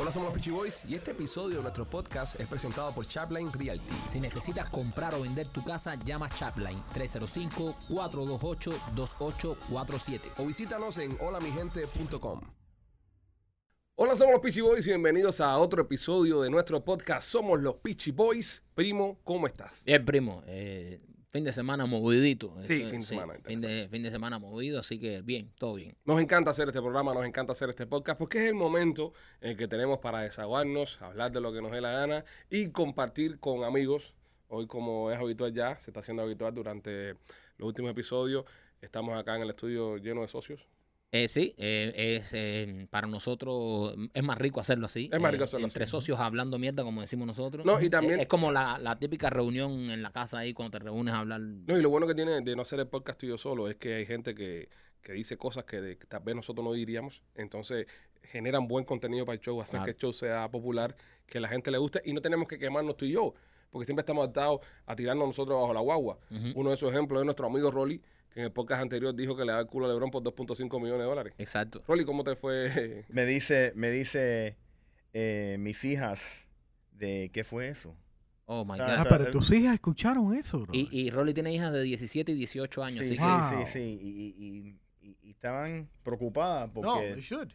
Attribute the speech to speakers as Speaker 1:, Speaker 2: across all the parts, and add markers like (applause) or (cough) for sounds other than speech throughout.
Speaker 1: Hola, somos los Peachy Boys y este episodio de nuestro podcast es presentado por Chapline Realty.
Speaker 2: Si necesitas comprar o vender tu casa, llama Chapline 305-428-2847.
Speaker 1: O visítanos en holamigente.com. Hola, somos los Peachy Boys y bienvenidos a otro episodio de nuestro podcast. Somos los Peachy Boys. Primo, ¿cómo estás?
Speaker 2: Bien, primo. eh, fin de semana movidito.
Speaker 1: Sí,
Speaker 2: Esto-
Speaker 1: fin de semana,
Speaker 2: Fin de, fin de semana movido, así que bien, todo bien.
Speaker 1: Nos encanta hacer este programa, nos encanta hacer este podcast porque es el momento en que tenemos para desahogarnos, hablar de lo que nos dé la gana y compartir con amigos. Hoy, como es habitual ya, se está haciendo habitual durante los últimos episodios. Estamos acá en el estudio lleno de socios.
Speaker 2: Eh, sí, eh, es eh, para nosotros mm, es más rico hacerlo así.
Speaker 1: Es más
Speaker 2: eh,
Speaker 1: rico hacerlo
Speaker 2: Entre
Speaker 1: así.
Speaker 2: socios hablando mierda, como decimos nosotros.
Speaker 1: No, y
Speaker 2: Eh,
Speaker 1: también-
Speaker 2: Es, como la, la típica reunión en la casa ahí cuando te reúnes a hablar.
Speaker 1: No, y lo bueno que tiene de no hacer el podcast tú y yo solo es que hay gente que, que dice cosas que, de- que tal vez nosotros no diríamos. Entonces generan buen contenido para el show, hacen
Speaker 2: Claro.
Speaker 1: que el show sea popular, que la gente le guste y no tenemos que quemarnos tú y yo, porque siempre estamos atados a tirarnos nosotros bajo la guagua.
Speaker 2: Ujú.
Speaker 1: Uno de esos ejemplos es nuestro amigo Rolly, que en el podcast anterior dijo que le da el culo a Lebron por 2.5 millones de dólares.
Speaker 2: Exacto.
Speaker 1: Rolly, ¿cómo te
Speaker 2: (laughs)
Speaker 1: fue?
Speaker 3: Me dice, me dice eh, mis hijas de qué fue eso.
Speaker 2: Oh my
Speaker 3: Ah,
Speaker 2: God.
Speaker 3: o
Speaker 4: Ah,
Speaker 3: sea,
Speaker 4: pero
Speaker 1: eh,
Speaker 3: el-
Speaker 4: tus hijas escucharon eso, bro.
Speaker 2: Y, y Rolly tiene hijas de 17 y 18 años.
Speaker 3: sí,
Speaker 2: así
Speaker 3: sí, sí,
Speaker 2: que-
Speaker 1: Ah.
Speaker 4: Wow.
Speaker 3: sí. Y, y- y- y estaban preocupadas
Speaker 4: no, pues.
Speaker 3: porque,
Speaker 4: they should.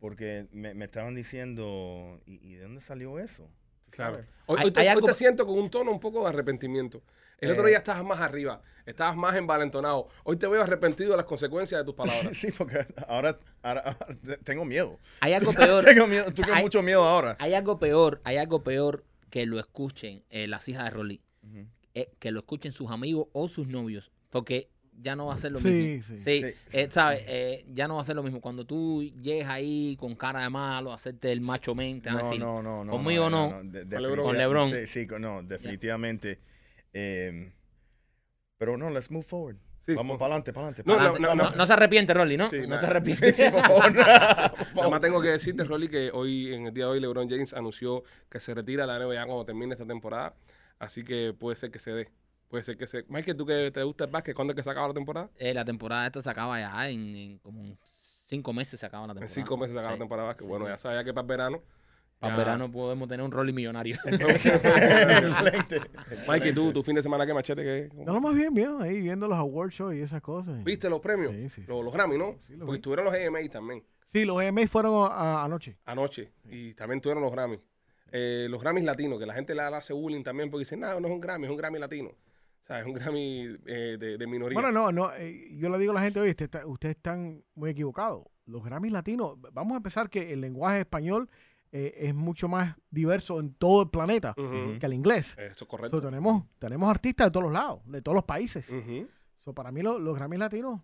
Speaker 3: porque me, me estaban diciendo, ¿y, y de dónde salió eso? (laughs) Tú
Speaker 1: Claro.
Speaker 3: sabes.
Speaker 1: Hoy,
Speaker 2: Hay-
Speaker 1: hoy te,
Speaker 2: hay
Speaker 1: hoy
Speaker 2: algo
Speaker 1: te
Speaker 2: pa-
Speaker 1: siento con un tono un poco de arrepentimiento. El otro
Speaker 3: Eh.
Speaker 1: día estabas más arriba, estabas más envalentonado. Hoy te veo arrepentido de las consecuencias de tus
Speaker 3: Sí,
Speaker 1: palabras.
Speaker 3: sí, porque ahora, ahora- ahora te- tengo miedo.
Speaker 2: Hay
Speaker 1: (laughs)
Speaker 3: (laughs)
Speaker 2: algo peor.
Speaker 3: tengo miedo. Tú
Speaker 2: Ay.
Speaker 3: mucho miedo ahora.
Speaker 2: hay algo peor. Hay algo peor que lo escuchen eh, las hijas de Rolly.
Speaker 3: Ujú.
Speaker 2: eh, que lo escuchen sus amigos o sus novios, porque ya no va a ser lo
Speaker 4: Sí,
Speaker 2: mismo.
Speaker 4: sí.
Speaker 2: Sí,
Speaker 3: Sí,
Speaker 2: eh, ¿sabes? Eh, ya no va a ser lo mismo. Cuando tú llegues ahí con cara de malo, hacerte el macho men, te van a
Speaker 3: No,
Speaker 2: decir, "Ah,
Speaker 3: no, no, no.
Speaker 2: Conmigo no.
Speaker 3: de-
Speaker 1: Con LeBron.
Speaker 3: definitiva-
Speaker 2: Con LeBron.
Speaker 3: Sí, sí, con- no, definitivamente. Eh, pero no, let's move forward.
Speaker 1: Sí,
Speaker 3: vamos
Speaker 1: por-
Speaker 3: para adelante, para adelante.
Speaker 1: No,
Speaker 2: "Adelante".
Speaker 1: no,
Speaker 2: no,
Speaker 1: no.
Speaker 2: no se arrepiente, Rolly, ¿no?
Speaker 1: Sí,
Speaker 2: no
Speaker 1: nada.
Speaker 2: se arrepiente.
Speaker 1: (laughs)
Speaker 3: por favor.
Speaker 1: Nada más tengo que decirte, Rolly, que hoy, en el día de hoy, LeBron James anunció que se retira de la NBA cuando termine esta temporada. Así que puede ser que se dé. Puede ser que se. Michael, tú que te gusta el básquet, ¿cuándo es que se acaba la temporada?
Speaker 2: (laughs) Eh, la temporada esta se acaba ya, en, en como en cinco meses se acaba la
Speaker 1: En
Speaker 2: temporada.
Speaker 1: cinco meses se acaba
Speaker 2: Sí,
Speaker 1: la temporada de básquet.
Speaker 2: sí,
Speaker 1: bueno,
Speaker 2: sí.
Speaker 1: ya sabes ya que para el
Speaker 4: (laughs)
Speaker 1: verano.
Speaker 2: Para
Speaker 1: ya-
Speaker 2: verano podemos tener un
Speaker 1: (laughs)
Speaker 2: Rolly millonario.
Speaker 3: (laughs) Excelente.
Speaker 1: Mikey, tú, tu fin de semana, ¿qué machete? que
Speaker 4: No, lo más bien, bien, ahí viendo los award shows y esas cosas.
Speaker 1: ¿Viste los premios?
Speaker 4: Sí, sí, sí.
Speaker 1: Los, los Grammy, ¿no?
Speaker 4: Sí, lo
Speaker 1: Porque
Speaker 4: vi.
Speaker 1: tuvieron los EMA también,
Speaker 4: Sí, los EMAs fueron a- anoche.
Speaker 1: anoche. Y también tuvieron los Grammy. Eh, los Grammys latinos, que la gente le hace bullying también porque dicen, no, no es un Grammy, es un Grammy latino. O sea, es un Grammy eh, de, de minoría.
Speaker 4: Bueno, no, no, eh, yo le digo a la gente hoy, usted está- ustedes están muy equivocados. Los Grammys latinos, vamos a empezar que el lenguaje español eh, es mucho más diverso en todo el planeta
Speaker 1: Ujú.
Speaker 4: que el inglés.
Speaker 1: Eso es
Speaker 4: So,
Speaker 1: correcto.
Speaker 4: tenemos, tenemos artistas de todos los lados, de todos los países.
Speaker 1: Ujú.
Speaker 4: So, para mí lo- los Grammys latinos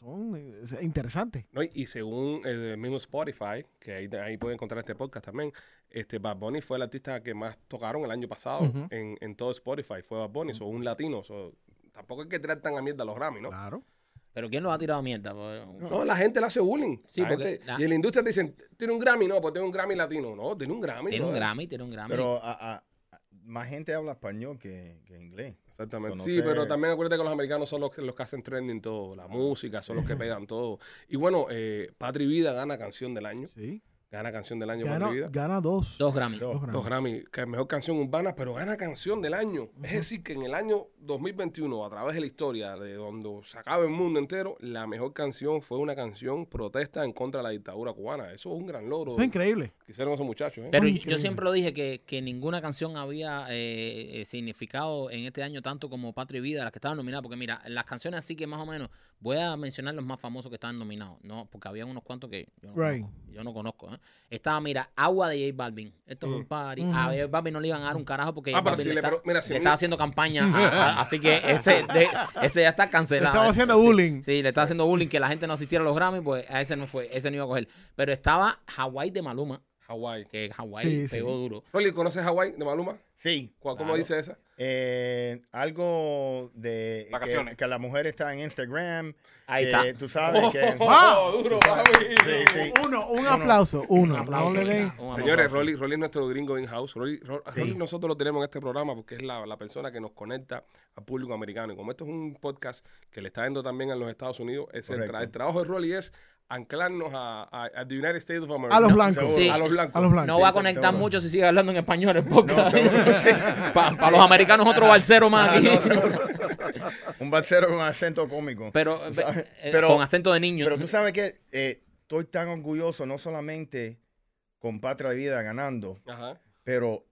Speaker 4: son eh, interesantes.
Speaker 1: No, y- y según el mismo Spotify, que ahí, ahí pueden encontrar este podcast también, este Bad Bunny fue el artista que más tocaron el año pasado
Speaker 4: Ujú.
Speaker 1: en, en todo Spotify. Fue Bad Bunny, so, un latino. so, tampoco hay que tirar tan a mierda a los Grammy, ¿no?
Speaker 4: Claro.
Speaker 2: Pero ¿quién los ha tirado a mierda? Pues,
Speaker 1: No, la gente le hace bullying.
Speaker 2: Sí,
Speaker 1: La
Speaker 2: porque
Speaker 1: gente-
Speaker 2: la-
Speaker 1: Y en la industria te dicen, tiene un Grammy, no, pues tiene un Grammy latino. No, tiene un Grammy.
Speaker 2: Tiene un
Speaker 1: brother.
Speaker 2: Grammy, tiene un Grammy.
Speaker 3: Pero a- a- a- más gente habla español que, que inglés.
Speaker 1: Exactamente.
Speaker 3: So, no
Speaker 1: sí,
Speaker 3: sé.
Speaker 1: pero también acuérdate que los americanos son los, que- los que hacen trending todo. La música, son los que pegan todo. Y bueno, eh, Patri Vida gana canción del año.
Speaker 4: Sí.
Speaker 1: Gana canción del año
Speaker 4: Gana,
Speaker 1: Patri Vida.
Speaker 4: gana dos.
Speaker 2: Dos Grammy.
Speaker 3: Dos.
Speaker 4: dos
Speaker 1: Los
Speaker 4: Grammys.
Speaker 1: Grammy, que mejor canción urbana, pero gana canción del año. Es
Speaker 4: Ujú.
Speaker 1: decir, que en el año 2021, a través de la historia, de donde se acaba el mundo entero, la mejor canción fue una canción protesta en contra de la dictadura cubana. Eso es un gran logro
Speaker 4: Eso es increíble.
Speaker 1: que hicieron esos muchachos. ¿eh?
Speaker 2: Pero
Speaker 4: Muy
Speaker 2: yo- yo
Speaker 4: increíble.
Speaker 2: siempre lo dije que, que ninguna canción había eh, eh, significado en este año tanto como Patria y Vida, las que estaban nominadas. Porque mira, las canciones así que más o menos, voy a mencionar los más famosos que estaban nominados. No, porque había unos cuantos que yo no
Speaker 4: Right.
Speaker 2: conozco. yo no conozco, ¿eh? Estaba, mira, Agua de J Balvin. Esto es
Speaker 1: Mm.
Speaker 2: un party.
Speaker 4: Ujú.
Speaker 2: A J Balvin no le iban a dar un carajo porque
Speaker 1: Ah,
Speaker 2: J
Speaker 1: pero
Speaker 2: Balvin
Speaker 1: si
Speaker 2: le,
Speaker 1: le
Speaker 2: está-
Speaker 1: pro- mira, si
Speaker 2: le
Speaker 1: mi-
Speaker 2: estaba haciendo campaña.
Speaker 1: (laughs)
Speaker 2: a- a- así que ese, de- ese ya está cancelado. ¿eh?
Speaker 4: Estaba haciendo
Speaker 2: Sí,
Speaker 4: bullying.
Speaker 2: Sí, le estaba haciendo bullying que la gente no asistiera a los Grammy, pues a ese no fue, ese no iba a coger. Pero estaba Hawái de Maluma
Speaker 1: Hawái.
Speaker 2: que
Speaker 4: Sí,
Speaker 2: Hawái
Speaker 4: sí.
Speaker 2: pegó duro.
Speaker 1: Rolly, ¿conoces Hawái de Maluma?
Speaker 3: Sí.
Speaker 1: ¿Cu- ¿Cómo
Speaker 2: Claro.
Speaker 1: dice esa?
Speaker 3: Eh, algo de
Speaker 1: Vacaciones.
Speaker 3: que, que la mujer está en Instagram.
Speaker 2: Ahí
Speaker 3: que
Speaker 2: está. Oh.
Speaker 3: Tú
Speaker 2: (laughs)
Speaker 3: sabes que.
Speaker 4: Ah.
Speaker 1: ¡Wow! Oh, duro, papi.
Speaker 3: Sí, sí.
Speaker 4: Uno, un
Speaker 3: Uno.
Speaker 4: aplauso. Uno.
Speaker 2: aplauso,
Speaker 4: No le den-
Speaker 2: un aplauso.
Speaker 1: Señores, Rolly, Rolly es nuestro gringo in-house. Rolly, Ro-
Speaker 3: Sí.
Speaker 1: Rolly nosotros lo tenemos en este programa porque es la, la persona que nos conecta al público americano. Y como esto es un podcast que le está yendo también a los Estados Unidos, es el, tra-
Speaker 3: Correcto.
Speaker 1: el trabajo de Rolly es anclarnos a, a, a the United States of America.
Speaker 4: A los blancos.
Speaker 1: Seguro,
Speaker 2: Sí.
Speaker 1: A los blancos.
Speaker 4: A los blancos.
Speaker 2: No va a
Speaker 3: sí,
Speaker 2: conectar
Speaker 3: seguro.
Speaker 2: mucho si sigue hablando en español el (laughs) podcast.
Speaker 3: seguro, sí.
Speaker 2: Para los americanos otro balcero más aquí.
Speaker 3: Un balcero con acento cómico.
Speaker 2: (laughs) pero,
Speaker 3: Tú sabes,
Speaker 2: eh,
Speaker 3: pero-
Speaker 2: con acento de niño.
Speaker 3: Pero tú sabes que eh, estoy tan orgulloso, no solamente con Patria Vida ganando,
Speaker 1: Ajá.
Speaker 3: pero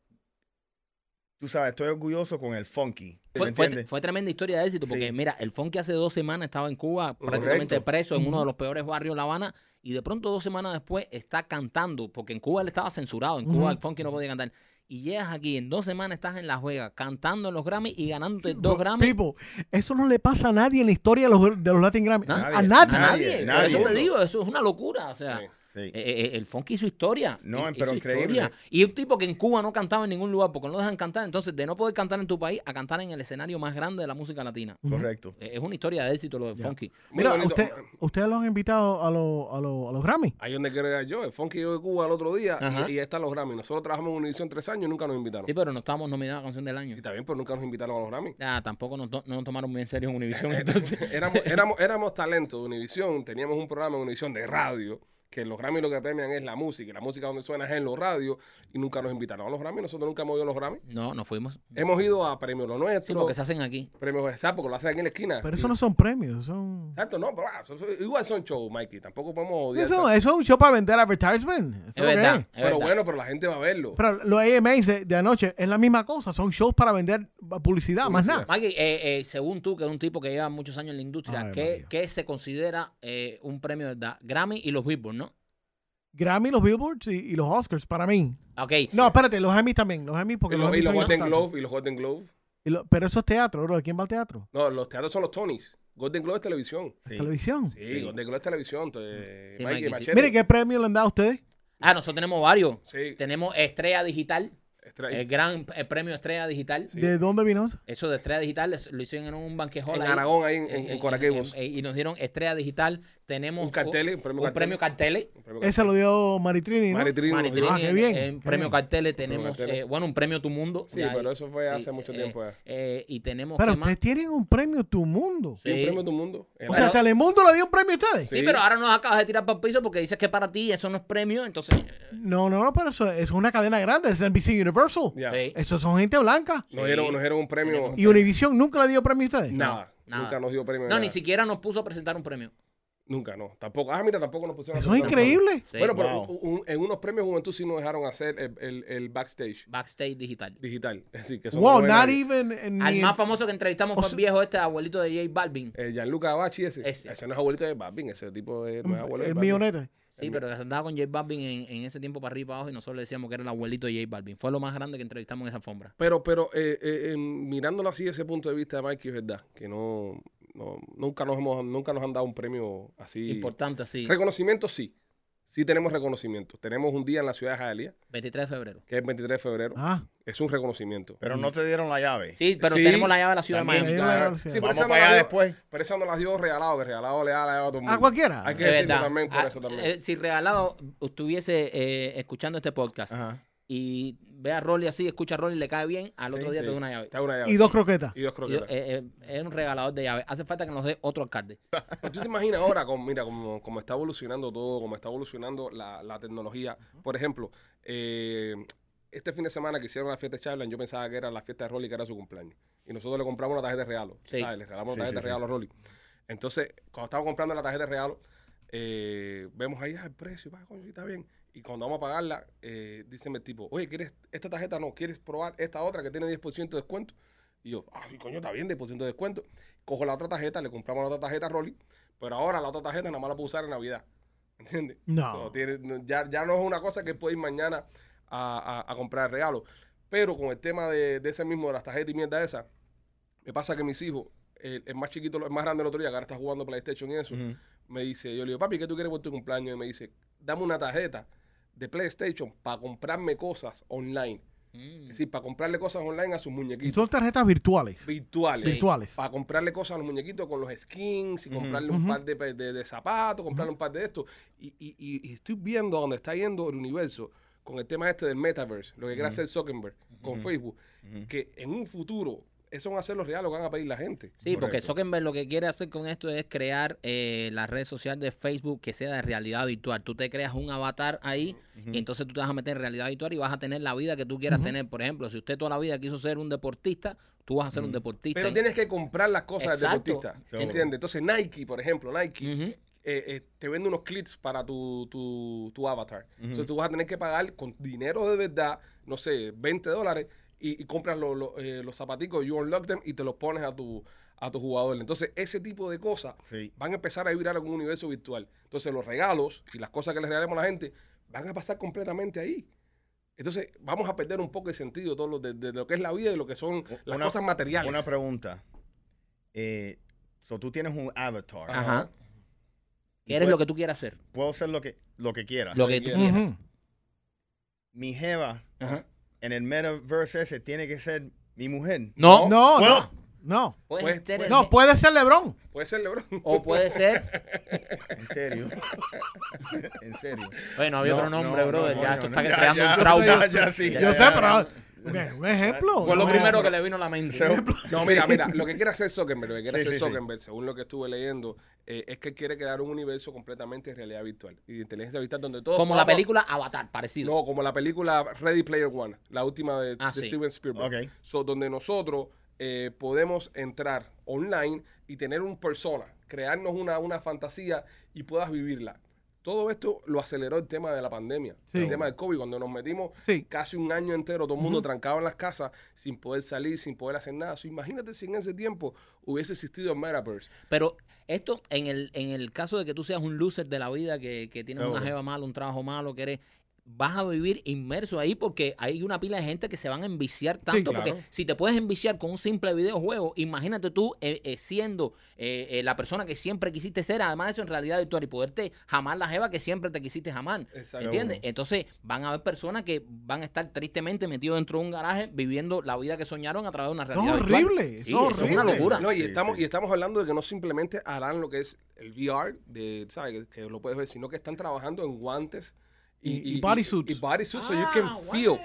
Speaker 3: tú sabes, estoy orgulloso con el funky. ¿me
Speaker 2: fue, fue-
Speaker 3: entiendes?
Speaker 2: fue tremenda historia de éxito porque,
Speaker 3: Sí.
Speaker 2: mira, el Funky hace dos semanas estaba en Cuba prácticamente
Speaker 3: Correcto.
Speaker 2: preso en uno de los peores barrios de La Habana y de pronto dos semanas después está cantando porque en Cuba él estaba censurado, en Cuba
Speaker 4: Ujú.
Speaker 2: el Funky no podía cantar. Y llegas aquí, en dos semanas estás en Las Vegas cantando en los Grammy y ganándote dos Grammy.
Speaker 4: People, eso no le pasa a nadie en la historia de los, de los Latin Grammy.
Speaker 2: Nadie,
Speaker 4: a nadie.
Speaker 2: A nadie.
Speaker 3: nadie,
Speaker 2: Por Eso te
Speaker 3: nadie.
Speaker 2: digo, eso es una locura. O sea,
Speaker 1: Sí.
Speaker 3: Sí.
Speaker 2: Eh, eh, eh, el funky hizo historia.
Speaker 3: No,
Speaker 2: hi-
Speaker 3: pero
Speaker 2: hizo
Speaker 3: increíble.
Speaker 2: Y un tipo que en Cuba no cantaba en ningún lugar porque no lo dejan cantar. Entonces, de no poder cantar en tu país a cantar en el escenario más grande de la música latina.
Speaker 4: Ujú.
Speaker 3: Correcto.
Speaker 2: Eh, Es una historia de éxito lo de
Speaker 4: Ya.
Speaker 2: funky.
Speaker 1: Muy
Speaker 4: Mira,
Speaker 1: bonito.
Speaker 4: usted, ustedes lo han invitado a, lo- a, lo- a los Grammy.
Speaker 1: Ahí donde quiero llegar yo, el funky yo de Cuba el otro día
Speaker 2: Ajá.
Speaker 1: y, y ahí están los Grammy. Nosotros trabajamos en Univision tres años y nunca nos invitaron.
Speaker 2: Sí, pero no estábamos nominados a Canción del Año.
Speaker 1: Sí, está bien, pero nunca nos invitaron a los Grammy.
Speaker 2: Ah, tampoco nos, to- no nos tomaron muy en serio en Univision. Entonces,
Speaker 1: (laughs) éramos, éramos, éramos talento de Univisión, teníamos un programa en Univisión de radio, que los Grammy lo que premian es la música, y la música donde suena es en los radios, y nunca nos invitaron a los Grammy, nosotros nunca hemos ido a los Grammy.
Speaker 2: no, no fuimos.
Speaker 1: Hemos ido a Premio Lo
Speaker 2: Sí,
Speaker 1: Nuestro,
Speaker 2: porque se hacen aquí.
Speaker 1: Premio Exacto, porque lo hacen aquí en la esquina. Mm.
Speaker 4: Pero eso no son premios, son...
Speaker 1: Exacto, no, pero, ah, eso- eso- igual son shows, Mikey, tampoco podemos odiar.
Speaker 4: Eso,
Speaker 1: tanto.
Speaker 4: eso es un show para vender advertisement. Eso
Speaker 2: Es
Speaker 4: lo que
Speaker 2: verdad.
Speaker 4: es.
Speaker 2: es
Speaker 1: pero
Speaker 2: verdad.
Speaker 1: bueno, pero la gente va a verlo.
Speaker 4: Pero los AMAs de, de anoche es la misma cosa, son shows para vender publicidad, más
Speaker 1: Publicidad.
Speaker 4: nada.
Speaker 2: Maggie, eh, eh, según tú, que es un tipo que lleva muchos años en la industria,
Speaker 4: Ay,
Speaker 2: ¿qué,
Speaker 4: María.
Speaker 2: qué se considera eh, un premio de verdad? Grammy y los Billboard, ¿no?
Speaker 4: Grammy, los Billboards y, y los Oscars, para mí.
Speaker 2: Ok.
Speaker 4: No, espérate, los Emmys también, los Emmys porque
Speaker 1: y los, y
Speaker 4: Emmys
Speaker 1: los
Speaker 4: son
Speaker 1: Golden
Speaker 4: importantes.
Speaker 1: Glove, y los Golden Glove.
Speaker 4: Y lo- pero eso es teatro, bro. ¿Quién va al teatro?
Speaker 1: No, los teatros son los Tonys. Golden Globe es televisión.
Speaker 3: Sí.
Speaker 4: Televisión.
Speaker 1: Sí, Golden Globe es televisión. entonces,
Speaker 2: Sí,
Speaker 1: Mikey,
Speaker 2: Mikey, sí.
Speaker 1: Machete.
Speaker 4: Mire, ¿qué premio le han dado a ustedes?
Speaker 2: Ah, nosotros tenemos varios.
Speaker 1: Sí,
Speaker 2: Tenemos Estrella Digital,
Speaker 1: extra-
Speaker 2: el gran eh, premio Estrella Digital.
Speaker 1: Sí.
Speaker 4: ¿De dónde vino eso?
Speaker 2: Eso de Estrella Digital es- lo hicieron en un banquejón.
Speaker 1: en
Speaker 2: ahí.
Speaker 1: Aragón, ahí en,
Speaker 2: Eh,
Speaker 1: en,
Speaker 2: eh,
Speaker 1: en Coraquebos.
Speaker 2: eh, eh, y nos dieron Estrella Digital. Tenemos
Speaker 1: Un cartel, un premio
Speaker 2: un
Speaker 1: cartel.
Speaker 2: premio carteles.
Speaker 1: Un premio
Speaker 4: Ese lo dio Maritrini, ¿no?
Speaker 1: Maritrini.
Speaker 2: Mari
Speaker 1: nos dio.
Speaker 4: Ah,
Speaker 2: Trini,
Speaker 4: qué bien,
Speaker 2: eh, un
Speaker 4: qué
Speaker 2: premio
Speaker 4: bien.
Speaker 2: carteles tenemos,
Speaker 1: carteles.
Speaker 2: eh, bueno, un premio Tu Mundo.
Speaker 1: Sí,
Speaker 2: de ahí.
Speaker 1: pero eso fue
Speaker 2: Sí,
Speaker 1: hace mucho
Speaker 2: eh,
Speaker 1: tiempo. ya.
Speaker 2: eh, y tenemos
Speaker 4: Pero
Speaker 2: ¿qué más?
Speaker 4: ustedes tienen un premio Tu Mundo.
Speaker 1: Sí, un
Speaker 2: sí.
Speaker 1: premio de tu mundo.
Speaker 4: O sea, Telemundo le dio un premio a ustedes.
Speaker 2: Sí,
Speaker 1: sí.
Speaker 2: pero ahora nos acabas de tirar para el piso porque dices que para ti eso no es premio, entonces... eh,
Speaker 4: No, no, no, pero eso, eso es una cadena grande, es NBC Universal.
Speaker 1: Ya.
Speaker 2: sí.
Speaker 4: Esos son gente blanca.
Speaker 1: Nos, dieron, nos dieron un premio.
Speaker 4: Y Univision nunca le dio premio a ustedes.
Speaker 1: Nada,
Speaker 2: nada.
Speaker 1: Nunca nos dio premio.
Speaker 2: No,
Speaker 1: nada.
Speaker 2: ni siquiera nos puso a presentar un premio.
Speaker 1: Nunca, no. Tampoco. Ah, mira, tampoco nos pusieron. a
Speaker 4: Eso es
Speaker 1: presentar un
Speaker 4: increíble.
Speaker 2: Sí.
Speaker 1: premio. Bueno, pero
Speaker 3: Wow.
Speaker 1: un- un- en unos premios Juventud sí nos dejaron hacer el, el- el backstage
Speaker 2: Backstage Digital.
Speaker 1: digital. Así que eso no
Speaker 4: Wow,
Speaker 1: lo ve
Speaker 4: not
Speaker 1: nadie.
Speaker 4: even. en-
Speaker 2: Al
Speaker 4: ni-
Speaker 2: más famoso que entrevistamos
Speaker 4: O
Speaker 2: fue el
Speaker 4: sea-
Speaker 2: viejo este abuelito de J Balvin.
Speaker 1: Eh, Gianluca Abachi ese.
Speaker 2: Ese.
Speaker 1: ese. no es abuelito de Babin, ese tipo de, no es abuelo de
Speaker 4: Mm, el
Speaker 1: Balvin.
Speaker 4: millonete.
Speaker 2: Sí, pero andaba con J Balvin en, en ese tiempo para arriba y para abajo y nosotros le decíamos que era el abuelito de J Balvin. Fue lo más grande que entrevistamos en esa alfombra.
Speaker 1: Pero, pero eh, eh, em, mirándolo así desde ese punto de vista, Mikey, es verdad que no, no- nunca nos hemos, nunca nos han dado un premio así.
Speaker 2: Importante, así.
Speaker 1: Reconocimiento sí. Sí tenemos reconocimiento. Tenemos un día en la ciudad de Jaelía,
Speaker 2: 23 de febrero.
Speaker 1: que es el 23 de febrero.
Speaker 4: Ah,
Speaker 1: Es un reconocimiento.
Speaker 3: Pero no te dieron la llave.
Speaker 2: Sí, pero
Speaker 1: Sí,
Speaker 2: tenemos la llave de la ciudad de
Speaker 3: también.
Speaker 2: Miami.
Speaker 4: Ahí la-
Speaker 1: Ah,
Speaker 4: sí,
Speaker 1: sí, pero
Speaker 3: Vamos
Speaker 1: esa no
Speaker 3: para
Speaker 1: la
Speaker 3: allá
Speaker 1: dio-
Speaker 3: después.
Speaker 1: Pero esa no las dio regalado, que regalado le da la llave a todo el mundo.
Speaker 4: a cualquiera.
Speaker 1: Hay que
Speaker 2: De
Speaker 1: decirlo
Speaker 2: verdad.
Speaker 1: también por
Speaker 2: Ah,
Speaker 1: eso también.
Speaker 2: eh, si regalado estuviese eh, escuchando este podcast
Speaker 3: Ajá.
Speaker 2: y ve a Rolly así, escucha a Rolly, le cae bien, al otro
Speaker 3: Sí,
Speaker 2: día
Speaker 1: Sí,
Speaker 2: te da una llave.
Speaker 1: te da una llave.
Speaker 4: Y dos croquetas.
Speaker 1: Y dos
Speaker 2: Y yo,
Speaker 1: croquetas.
Speaker 2: eh, eh, es un regalador de llaves. Hace falta que nos dé otro alcalde.
Speaker 1: Pero Pues ¿Tú te imaginas ahora, como, mira, como, como está evolucionando todo, como está evolucionando la, la tecnología? Por ejemplo, eh, este fin de semana que hicieron la fiesta de Charlan, yo pensaba que era la fiesta de Rolly, que era su cumpleaños. Y nosotros le compramos una tarjeta de regalo.
Speaker 2: Sí.
Speaker 1: ¿sabes? Le regalamos una
Speaker 3: Sí,
Speaker 1: tarjeta
Speaker 3: sí,
Speaker 1: de regalo a Rolly. Entonces, cuando estaba comprando la tarjeta de regalo, eh, vemos ahí ah, el precio, va, coño, sí, está bien. Y cuando vamos a pagarla, eh, dicen el tipo, oye, ¿quieres esta tarjeta? No, ¿quieres probar esta otra que tiene 10% de descuento? Y yo, ah, sí, coño, está bien, 10% de descuento. Cojo la otra tarjeta, le compramos la otra tarjeta a Rolly, pero ahora la otra tarjeta nada más la puedo usar en Navidad. ¿Entiendes?
Speaker 4: No.
Speaker 1: So, tiene- no, ya, ya no es una cosa que puede ir mañana a, a- a comprar regalo. Pero con el tema de, de ese mismo, de las tarjetas y mierda esa, me pasa que mis hijos, el, el más chiquito, el más grande el otro día, que ahora está jugando PlayStation y eso,
Speaker 3: Ujú.
Speaker 1: me dice, yo le digo, papi, ¿qué tú quieres por tu cumpleaños? Y me dice, dame una tarjeta de PlayStation para comprarme cosas online.
Speaker 2: Mm.
Speaker 1: Es decir, para comprarle cosas online a sus
Speaker 4: Y
Speaker 1: muñequitos
Speaker 4: son tarjetas virtuales.
Speaker 1: virtuales.
Speaker 2: Sí.
Speaker 4: Virtuales.
Speaker 1: Para comprarle cosas a los muñequitos con los skins y
Speaker 3: Ujú.
Speaker 1: comprarle un
Speaker 4: Ujú.
Speaker 1: par de, pe- de- de zapatos, comprarle un par de esto. Y, y- y- y estoy viendo a dónde está yendo el universo con el tema este del metaverse, lo que quiere hacer Zuckerberg con Facebook, que en un futuro Eso van a ser los reales, lo que van a pedir la gente.
Speaker 2: Sí, porque
Speaker 3: Correcto.
Speaker 2: Zuckerberg lo que quiere hacer con esto es crear eh, la red social de Facebook que sea de realidad virtual. Tú te creas un avatar ahí y entonces tú te vas a meter en realidad virtual y vas a tener la vida que tú quieras tener. Por ejemplo, si usted toda la vida quiso ser un deportista, tú vas a ser un deportista.
Speaker 1: Pero
Speaker 2: y-
Speaker 1: tienes que comprar las cosas del
Speaker 2: Exacto.
Speaker 1: deportista.
Speaker 3: Seguro.
Speaker 1: ¿Entiendes? Entonces, Nike, por ejemplo, Nike.
Speaker 2: Ujú.
Speaker 1: eh, eh, te vende unos clips para tu, tu, tu avatar.
Speaker 3: Ujú.
Speaker 1: Entonces tú vas a tener que pagar con dinero de verdad, no sé, 20 dólares, y, y compras lo- lo, eh, los zapaticos, you unlock them, y te los pones a tu, a tu jugador. Entonces ese tipo de cosas
Speaker 3: Sí.
Speaker 1: van a empezar a vibrar en un universo virtual. Entonces los regalos y las cosas que les regalemos a la gente van a pasar completamente ahí. Entonces vamos a perder un poco el sentido todo lo de, de lo que es la vida y lo que son las
Speaker 3: Una-
Speaker 1: cosas materiales.
Speaker 3: Una pregunta. Eh, so tú tienes un avatar.
Speaker 2: Ajá.
Speaker 3: Y
Speaker 2: Eres
Speaker 3: puede-
Speaker 2: lo que tú quieras hacer.
Speaker 3: Puedo hacer lo que, lo que quiera.
Speaker 2: Lo que tú
Speaker 1: Ujú.
Speaker 2: quieras.
Speaker 4: Ujú.
Speaker 3: Mi jeva
Speaker 2: Ajá.
Speaker 3: en el metaverse ese tiene que ser mi mujer.
Speaker 2: No.
Speaker 4: No,
Speaker 3: Bueno.
Speaker 4: no, no.
Speaker 2: Puedes
Speaker 1: Pues-
Speaker 2: ser el-
Speaker 4: No, puede ser Lebron.
Speaker 1: Puede ser, Lebron.
Speaker 2: O puede ser.
Speaker 3: En
Speaker 2: (laughs)
Speaker 3: serio. en serio.
Speaker 2: Oye, no había
Speaker 3: No,
Speaker 2: otro nombre,
Speaker 3: no,
Speaker 2: brother.
Speaker 3: no,
Speaker 2: ya
Speaker 3: no,
Speaker 2: esto
Speaker 3: no.
Speaker 2: está
Speaker 3: Ya,
Speaker 2: creando
Speaker 3: ya,
Speaker 2: un trauma.
Speaker 3: ya, ya, sí.
Speaker 2: Ya,
Speaker 4: Yo
Speaker 2: ya,
Speaker 4: sé,
Speaker 2: ya.
Speaker 4: pero. mira, Un ejemplo.
Speaker 2: Fue lo
Speaker 4: no,
Speaker 2: primero que le vino a la mente.
Speaker 3: (laughs)
Speaker 1: No, mira, mira, lo que quiere hacer Zuckerberg, lo que quiere
Speaker 3: Sí,
Speaker 1: hacer
Speaker 3: sí, sí.
Speaker 1: Zuckerberg, según lo que estuve leyendo, eh, es que quiere crear un universo completamente de realidad virtual y de inteligencia virtual donde todo.
Speaker 2: Como la película Avatar, parecido.
Speaker 1: No, como la película Ready Player One, la última de,
Speaker 2: Ah,
Speaker 1: de
Speaker 2: sí.
Speaker 1: Steven Spielberg.
Speaker 3: Ok.
Speaker 1: So, donde nosotros eh, podemos entrar online y tener un persona, crearnos una, una fantasía y puedas vivirla. Todo esto lo aceleró el tema de la pandemia,
Speaker 4: Sí.
Speaker 1: el tema del COVID, cuando nos metimos
Speaker 4: Sí.
Speaker 1: casi un año entero, todo el mundo trancado en las casas, sin poder salir, sin poder hacer nada. So, imagínate si en ese tiempo hubiese existido el Metaverse.
Speaker 2: Pero esto, en el, en el caso de que tú seas un loser de la vida, que, que tienes una
Speaker 3: Seguro.
Speaker 2: jeva mala, un trabajo malo, que eres vas a vivir inmerso ahí porque hay una pila de gente que se van a enviciar tanto
Speaker 1: claro.
Speaker 2: porque si te puedes enviciar con un simple videojuego imagínate tú eh, eh, siendo eh, eh, la persona que siempre quisiste ser además eso en realidad virtual y poderte jamar la jeva que siempre te quisiste jamar
Speaker 1: Exacto.
Speaker 2: ¿entiendes?
Speaker 3: Seguro.
Speaker 2: entonces van a haber personas que van a estar tristemente metidos dentro de un garaje viviendo la vida que soñaron a través de una realidad virtual.
Speaker 4: horrible, es
Speaker 2: Sí, eso es una
Speaker 4: horrible.
Speaker 2: locura
Speaker 1: No, y,
Speaker 3: Sí,
Speaker 1: estamos,
Speaker 3: sí.
Speaker 1: y estamos hablando de que no simplemente harán lo que es el VR, de, ¿sabes? Que, que lo puedes ver, sino que están trabajando en guantes
Speaker 4: Y- y bodysuits.
Speaker 1: Y, bodysuits, so you can feel.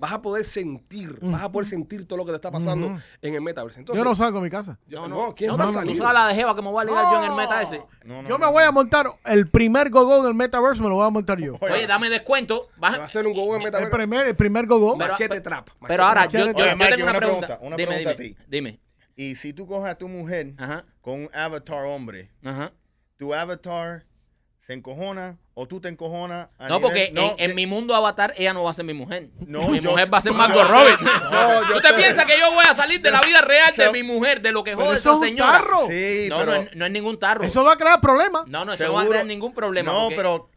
Speaker 1: Vas a poder sentir, vas a poder sentir todo lo que te está pasando
Speaker 4: Ujú.
Speaker 1: en el metaverso. Entonces,
Speaker 4: Yo no salgo de mi casa.
Speaker 1: yo-
Speaker 2: No,
Speaker 1: no,
Speaker 2: no,
Speaker 1: ¿quién
Speaker 4: no,
Speaker 1: va a
Speaker 4: no,
Speaker 2: Tú
Speaker 1: salir?
Speaker 2: sabes la de Jeva que me voy a ligar yo en el meta ese.
Speaker 3: No, no,
Speaker 4: Yo me
Speaker 3: no.
Speaker 4: voy a montar el primer gogo del metaverso, me lo voy a montar yo.
Speaker 3: Oye,
Speaker 2: Oye, dame descuento. Vas-
Speaker 1: Va a ser un gogo en
Speaker 4: El
Speaker 1: metaverso.
Speaker 4: primer, el primer gogo.
Speaker 2: Pero-
Speaker 1: Machete trap. machete
Speaker 2: Pero ahora,
Speaker 1: trap.
Speaker 2: yo, yo-
Speaker 4: Oye,
Speaker 2: yo
Speaker 3: Mikey,
Speaker 2: tengo una
Speaker 3: una
Speaker 2: pregunta.
Speaker 3: pregunta, una
Speaker 2: dime,
Speaker 3: pregunta a
Speaker 2: dime,
Speaker 3: ti.
Speaker 2: dime.
Speaker 3: Y si tú coges a tu mujer
Speaker 2: Ajá,
Speaker 3: con un avatar hombre,
Speaker 2: ajá.
Speaker 3: tu avatar se encojona o tú te encojonas. a
Speaker 2: No,
Speaker 3: nivel-
Speaker 2: porque
Speaker 3: No, eh,
Speaker 2: en, en
Speaker 3: te-
Speaker 2: mi mundo avatar ella no va a ser mi mujer.
Speaker 3: No,
Speaker 2: mi
Speaker 3: yo
Speaker 2: mujer
Speaker 3: sé-
Speaker 2: va a ser
Speaker 3: yo
Speaker 2: Margot
Speaker 3: sé.
Speaker 2: Robbie.
Speaker 3: No,
Speaker 2: (laughs)
Speaker 3: yo
Speaker 2: ¿Usted
Speaker 3: sé.
Speaker 2: piensa que yo voy a salir de la vida real de
Speaker 3: Pero-
Speaker 2: mi mujer, de lo que
Speaker 4: Pero
Speaker 2: jode
Speaker 4: eso
Speaker 2: esa
Speaker 4: es un
Speaker 2: señora?
Speaker 4: tarro.
Speaker 3: Sí,
Speaker 2: no,
Speaker 3: pero.
Speaker 2: no, es- no es ningún tarro.
Speaker 4: Eso va a crear problemas.
Speaker 2: no, no, eso no va a
Speaker 3: seguro-
Speaker 2: tener ningún problema.
Speaker 3: No,
Speaker 2: porque-
Speaker 3: pero.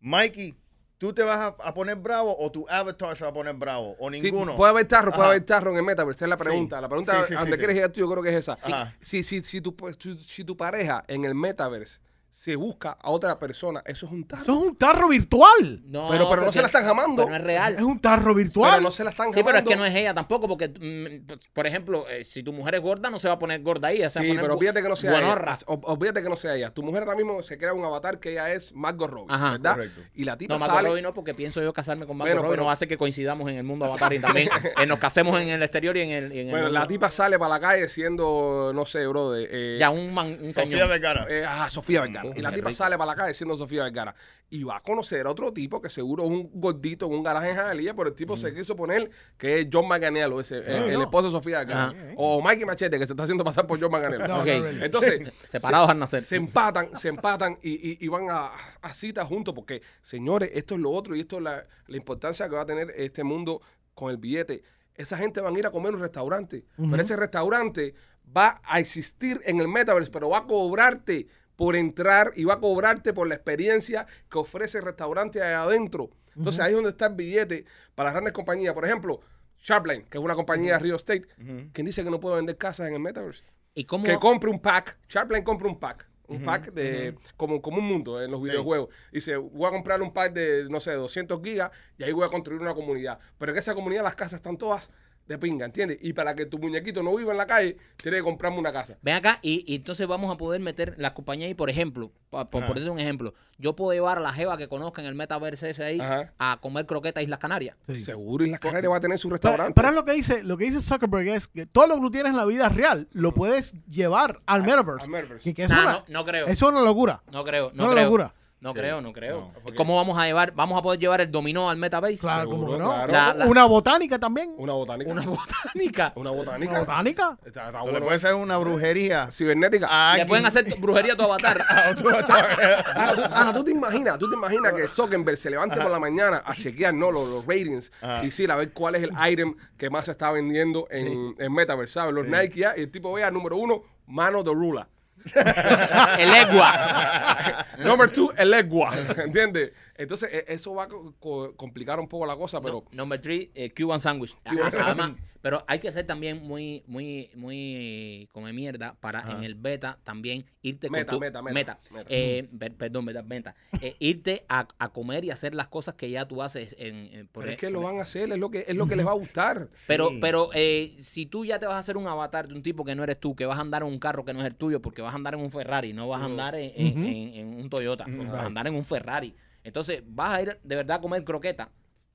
Speaker 3: Mikey, ¿tú te vas a, a poner bravo o tu avatar se va a poner bravo? O
Speaker 1: Sí,
Speaker 3: ninguno.
Speaker 1: puede haber tarro, puede
Speaker 3: Ajá.
Speaker 1: haber tarro en el metaverso. Es la pregunta.
Speaker 3: Sí.
Speaker 1: La pregunta
Speaker 3: Sí, sí, sí,
Speaker 1: a donde
Speaker 3: sí.
Speaker 1: quieres llegar tú, yo creo que es esa.
Speaker 3: Ajá.
Speaker 1: Si, si, si, tu, si, si tu pareja en el metaverso se busca a otra persona, eso es un tarro.
Speaker 4: Eso es un tarro virtual.
Speaker 2: No,
Speaker 1: pero- pero no se la están jamando.
Speaker 2: pero no es real.
Speaker 4: Es un tarro
Speaker 1: Pero
Speaker 4: virtual.
Speaker 1: no se la están
Speaker 2: Sí, pero es
Speaker 1: jamando.
Speaker 2: que no es ella tampoco, porque, mm, pues, por ejemplo, eh, si tu mujer es gorda, no se va a poner gorda ahí.
Speaker 1: Sí, pero olvídate que no sea
Speaker 2: Buenorra.
Speaker 1: ella. O- Olvídate que no sea ella. Tu mujer ahora mismo se crea un avatar que ella es Margot Robbie,
Speaker 2: Ajá.
Speaker 1: ¿verdad?
Speaker 3: Correcto.
Speaker 1: Y la tipa
Speaker 2: No, Margot
Speaker 1: sale.
Speaker 2: Robbie no, porque pienso yo casarme con Margot
Speaker 1: Bueno,
Speaker 2: Robbie.
Speaker 1: pero-
Speaker 2: No va a ser que coincidamos en el mundo avatar
Speaker 1: (laughs)
Speaker 2: y también eh, nos casemos en el exterior y en el... y en el
Speaker 1: Bueno, la
Speaker 2: mundo-
Speaker 1: tipa sale para la calle siendo, no sé, bro, de... eh,
Speaker 2: Ya, un, man, un
Speaker 3: Sofía
Speaker 2: cañón.
Speaker 3: Vergara.
Speaker 1: Eh, ajá, Sofía Vergara.
Speaker 2: Mm,
Speaker 1: y la
Speaker 2: qué
Speaker 1: tipa
Speaker 2: rico.
Speaker 1: sale para la calle siendo Sofía Vergara. Y va a conocer a otro tipo que seguro es un gordito en un garaje en Jalía, pero el tipo se quiso poner que es John Manganiello, ese, eh, el
Speaker 4: Mm. Ah, no.
Speaker 1: esposo de Sofía Vergara.
Speaker 2: Ah.
Speaker 1: O Mikey Machete, que se está haciendo pasar por John Manganiello.
Speaker 4: No,
Speaker 2: Ok.
Speaker 4: no, no, no.
Speaker 1: Entonces,
Speaker 2: (laughs) Separados al nacer.
Speaker 1: se empatan, se empatan y, y- y van a, a citas juntos porque, señores, esto es lo otro y esto es la, la importancia que va a tener este mundo con el billete. Esa gente van a ir a comer a un restaurante, pero ese restaurante va a existir en el metaverse, pero va a cobrarte por entrar y va a cobrarte por la experiencia que ofrece el restaurante ahí adentro. Entonces ahí es donde está el billete para las grandes compañías. Por ejemplo, Sharpline, que es una compañía de Rio State, quien dice que no puede vender casas en el metaverse
Speaker 2: ¿Y cómo?
Speaker 1: que compre un pack. Chaplin compra un pack. Un pack de como, como un mundo en los videojuegos. Dice, voy a comprar un pack de, no sé, 200 gigas y ahí voy a construir una comunidad. Pero en esa comunidad las casas están todas de pinga, ¿entiendes? Y para que tu muñequito no viva en la calle, tienes que comprarme una casa.
Speaker 2: Ven acá y, y entonces vamos a poder meter las compañías y, por ejemplo, pa- por
Speaker 3: Ajá.
Speaker 2: ponerte un ejemplo, yo puedo llevar a la jeva que conozca en el metaverse ese ahí
Speaker 1: Ajá.
Speaker 2: a comer croquetas a Islas Canarias.
Speaker 4: Sí. pues,
Speaker 1: Seguro y las Canarias va a tener su
Speaker 4: Pero,
Speaker 1: restaurante.
Speaker 4: pero es lo que dice, lo que dice Zuckerberg es que todo lo que tú tienes en la vida real lo puedes llevar al metaverse.
Speaker 1: al metaverse.
Speaker 4: Que- que es
Speaker 2: Nah,
Speaker 4: una-
Speaker 2: no, no creo.
Speaker 4: eso es una locura.
Speaker 2: No creo, no,
Speaker 4: Una
Speaker 2: creo.
Speaker 4: locura.
Speaker 2: No
Speaker 1: Sí.
Speaker 2: creo, no creo.
Speaker 1: No, porque-
Speaker 2: ¿Cómo vamos a llevar, vamos a poder llevar el dominó al metaverse?
Speaker 4: Claro,
Speaker 1: Seguro,
Speaker 4: como que no.
Speaker 1: claro.
Speaker 2: La- la-
Speaker 4: Una botánica también. Una,
Speaker 1: Una botánica.
Speaker 2: Una botánica.
Speaker 1: botánica.
Speaker 4: botánica.
Speaker 1: Está, está
Speaker 3: Se
Speaker 1: bueno.
Speaker 3: le puede hacer una brujería.
Speaker 1: Cibernética.
Speaker 3: a
Speaker 2: Le
Speaker 3: alguien.
Speaker 2: pueden hacer brujería a (laughs)
Speaker 1: (laughs)
Speaker 2: tu avatar.
Speaker 1: Ah, Ahora, Ah, tú, ahora, ¿tú te imaginas, tú te imaginas que Zuckerberg se levante por la mañana a chequear ¿no? los, los ratings
Speaker 3: Ajá.
Speaker 1: y sí, a ver cuál es el item que más se está vendiendo en, en Metaverse, ¿sabes? Los Nike ya, y el tipo vea, número uno, mano de rula.
Speaker 2: (laughs) (laughs) el egua.
Speaker 1: Number two, el
Speaker 2: (laughs)
Speaker 1: legua, ¿entiendes? Entonces, e- eso va a co- co- complicar un poco la cosa, pero...
Speaker 2: Number three, eh, Cuban sandwich.
Speaker 1: (laughs) Cuban
Speaker 2: Ah, Además, pero hay que ser también muy, muy, muy come mierda para en el beta también irte
Speaker 1: Meta,
Speaker 2: con tu-
Speaker 1: meta, meta, meta.
Speaker 2: eh, per- perdón, meta, meta. Eh, irte a, a comer y hacer las cosas que ya tú haces en, en- por
Speaker 1: Pero es
Speaker 2: e-
Speaker 1: que lo
Speaker 2: por-
Speaker 1: van a hacer, es lo que, es lo que les va a gustar.
Speaker 2: Pero,
Speaker 3: Sí.
Speaker 2: pero eh, si tú ya te vas a hacer un avatar de un tipo que no eres tú, que vas a andar en un carro que no es el tuyo, porque vas a andar en un Ferrari, no vas a andar en, en-
Speaker 4: Ujú.
Speaker 2: en- en un Toyota, vas a andar en un Ferrari. Entonces vas a ir de verdad a comer croqueta.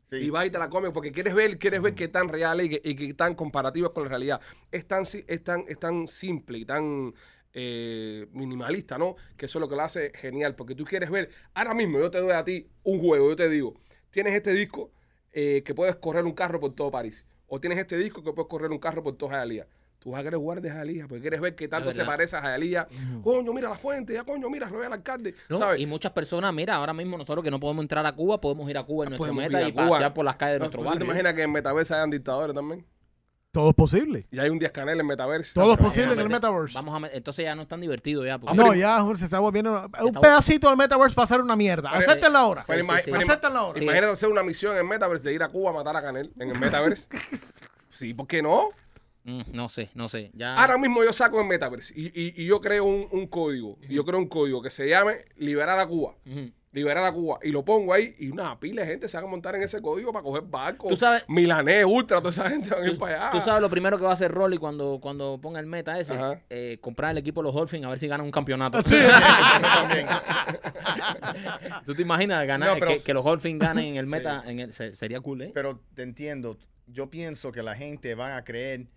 Speaker 3: Sí.
Speaker 1: Y va y te la come porque quieres ver, quieres ver qué tan real es y qué, y qué tan comparativo es con la realidad. Es tan, si- es tan, es tan simple y tan eh, minimalista, ¿no? Que eso es lo que lo hace genial. Porque tú quieres ver, ahora mismo yo te doy a ti un juego, yo te digo, tienes este disco eh, que puedes correr un carro por todo París. O tienes este disco que puedes correr un carro por toda Jalía. Tú vas a querer jugar de Jalía porque quieres ver qué tanto se
Speaker 2: verdad.
Speaker 1: parece a Jalía. Coño, mira la fuente, ya coño, mira, rodear al alcalde.
Speaker 2: ¿no?
Speaker 1: ¿sabes?
Speaker 2: Y muchas personas, mira, ahora mismo nosotros que no podemos entrar a Cuba, podemos ir a Cuba en nuestro
Speaker 1: Podemos ir
Speaker 2: meta
Speaker 1: a
Speaker 2: y
Speaker 1: Cuba.
Speaker 2: pasear por las calles de
Speaker 1: No,
Speaker 2: nuestro
Speaker 1: ¿tú ¿Te
Speaker 2: barrio.
Speaker 1: imaginas que en Metaverse hayan dictadores también?
Speaker 4: Todo es posible.
Speaker 1: Y hay un Díaz-Canel en Metaverse.
Speaker 4: Todo es
Speaker 1: Pero-
Speaker 4: posible en el
Speaker 2: meter-
Speaker 4: metaverse.
Speaker 2: Vamos a met- entonces ya no es tan divertido ya. porque-
Speaker 4: No, Ah, ya se está eh, volviendo. Un
Speaker 2: vol-
Speaker 4: pedacito del metaverse va a ser una mierda.
Speaker 1: Pero-
Speaker 4: Acéptenla ahora.
Speaker 1: Pero,
Speaker 2: Sí,
Speaker 1: ima-
Speaker 2: sí, sí.
Speaker 1: pero ima-
Speaker 4: Acéptenla ahora.
Speaker 2: Sí.
Speaker 1: Imagínate hacer una misión en Metaverse de ir a Cuba a matar a Canel en el
Speaker 4: (laughs)
Speaker 1: Metaverse. sí, ¿por qué no?
Speaker 2: Mm, no sé, no sé.
Speaker 4: Ah,
Speaker 2: Ya...
Speaker 1: Ahora mismo yo saco en Metaverse y, y- y yo creo un, un código. y Yo creo un código que se llame Liberar a Cuba.
Speaker 2: Ujú.
Speaker 1: Liberar a Cuba. Y lo pongo ahí y una pila de gente se van a montar en ese código para coger barcos.
Speaker 2: Tú sabes-
Speaker 1: Milanés, Ultra, toda esa gente van a
Speaker 2: Tú,
Speaker 1: ir para allá.
Speaker 3: Ah.
Speaker 2: tú sabes lo primero que va a hacer Rolly cuando, cuando ponga el meta ese,
Speaker 1: Ajá.
Speaker 2: Eh, comprar el equipo de los Dolphins a ver si gana un campeonato. (laughs)
Speaker 3: Eso también.
Speaker 2: ¿Tú te imaginas ganar
Speaker 3: No, pero-
Speaker 2: que, que los Dolphins ganen
Speaker 3: (laughs)
Speaker 2: en el meta? en el- se- sería cool, ¿eh?
Speaker 3: Pero te entiendo. Yo pienso que la gente van a creer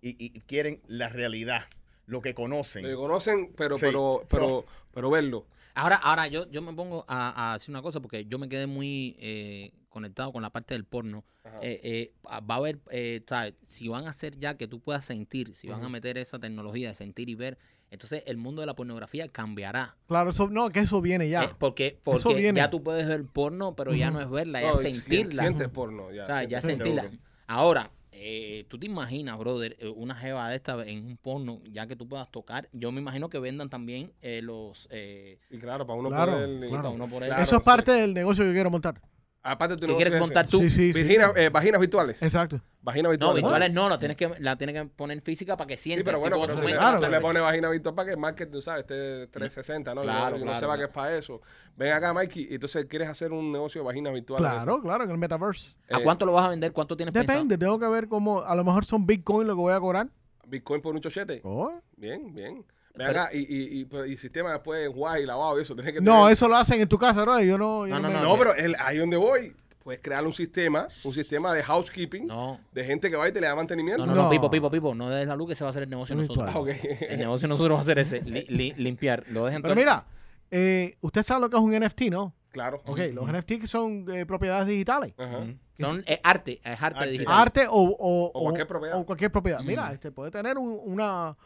Speaker 3: y, y quieren la realidad, lo que conocen.
Speaker 1: Me conocen, pero,
Speaker 3: Sí.
Speaker 1: pero, pero, pero verlo.
Speaker 2: Ahora, ahora yo, yo me pongo a, a decir una cosa porque yo me quedé muy eh, conectado con la parte del porno. Eh, eh, a- va a haber, eh, ¿sabes? si van a hacer ya que tú puedas sentir, si van a meter esa tecnología de sentir y ver, entonces el mundo de la pornografía cambiará.
Speaker 4: Claro, eso, no, que eso viene ya.
Speaker 2: Eh, porque porque
Speaker 4: viene.
Speaker 2: ya tú puedes ver porno, pero ya no es verla, ya
Speaker 1: No,
Speaker 2: es
Speaker 1: y si-
Speaker 2: sentirla.
Speaker 1: Sientes porno. Ya,
Speaker 2: O sea, ya
Speaker 1: sientes-
Speaker 2: sentirla.
Speaker 3: Seguro.
Speaker 2: Ahora, eh, tú te imaginas, brother, eh, una jeva de esta en un porno, ya que tú puedas tocar, yo me imagino que vendan también eh, los... eh,
Speaker 1: Sí, claro, para uno
Speaker 4: Claro,
Speaker 1: poder.
Speaker 4: claro.
Speaker 2: Uno poder-
Speaker 1: Claro,
Speaker 4: eso es
Speaker 1: sí.
Speaker 4: parte del negocio que quiero montar.
Speaker 1: Aparte, tú
Speaker 2: ¿Qué quieres montar tú?
Speaker 4: Sí, sí, sí.
Speaker 1: Virgina, eh, vaginas virtuales.
Speaker 4: Exacto.
Speaker 1: Vagina virtual.
Speaker 2: No, virtuales no, la tienes que, la tienes que poner física para que sienta
Speaker 1: Sí, pero
Speaker 2: el
Speaker 1: bueno,
Speaker 2: tipo
Speaker 1: pero
Speaker 2: su
Speaker 1: tú, le,
Speaker 2: mente.
Speaker 4: Claro,
Speaker 1: tú le
Speaker 4: claro.
Speaker 1: pones vagina virtual para que el market, tú sabes, esté 360, ¿no?
Speaker 2: Claro,
Speaker 1: Claro, no
Speaker 2: claro,
Speaker 1: sepa
Speaker 2: claro.
Speaker 1: que es para eso. Ven acá, Mikey, y entonces quieres hacer un negocio de vagina virtual.
Speaker 4: Claro, claro, en el metaverse.
Speaker 2: ¿A
Speaker 1: eh,
Speaker 2: cuánto lo vas a vender? ¿Cuánto tienes
Speaker 4: Depende, tengo que ver cómo. A lo mejor son Bitcoin lo que voy a cobrar.
Speaker 1: Bitcoin por un chochete.
Speaker 4: Oh.
Speaker 1: Bien, bien. Ven
Speaker 2: Pero-
Speaker 1: acá, y, y, y, pero- y sistema después de guay, lavado y eso. Tienes que
Speaker 4: No,
Speaker 1: tener-
Speaker 4: eso lo hacen en tu casa, bro. Yo no. yo
Speaker 2: No,
Speaker 4: me-
Speaker 2: no,
Speaker 1: No, pero el, ahí donde voy, puedes crear un sistema, un sistema de housekeeping,
Speaker 2: No.
Speaker 1: de gente que va y te le da mantenimiento.
Speaker 2: No, no, no,
Speaker 4: No.
Speaker 2: Pipo, Pipo, Pipo, no des la luz que se va a hacer el negocio de nosotros.
Speaker 4: Virtual.
Speaker 1: Ah, ok. (laughs)
Speaker 2: El negocio de nosotros va a ser ese, li- li- limpiar. Lo dejen
Speaker 4: Pero
Speaker 2: todo-
Speaker 4: mira, eh, usted sabe lo que es un NFT, ¿no?
Speaker 1: Claro.
Speaker 4: Ok, los NFT que son eh, propiedades digitales.
Speaker 1: Ajá.
Speaker 2: son eh, arte, es arte,
Speaker 3: Arte.
Speaker 2: digital.
Speaker 4: Arte o, o-
Speaker 1: O cualquier propiedad. Mm.
Speaker 4: o cualquier propiedad. Mira, este puede tener un- una,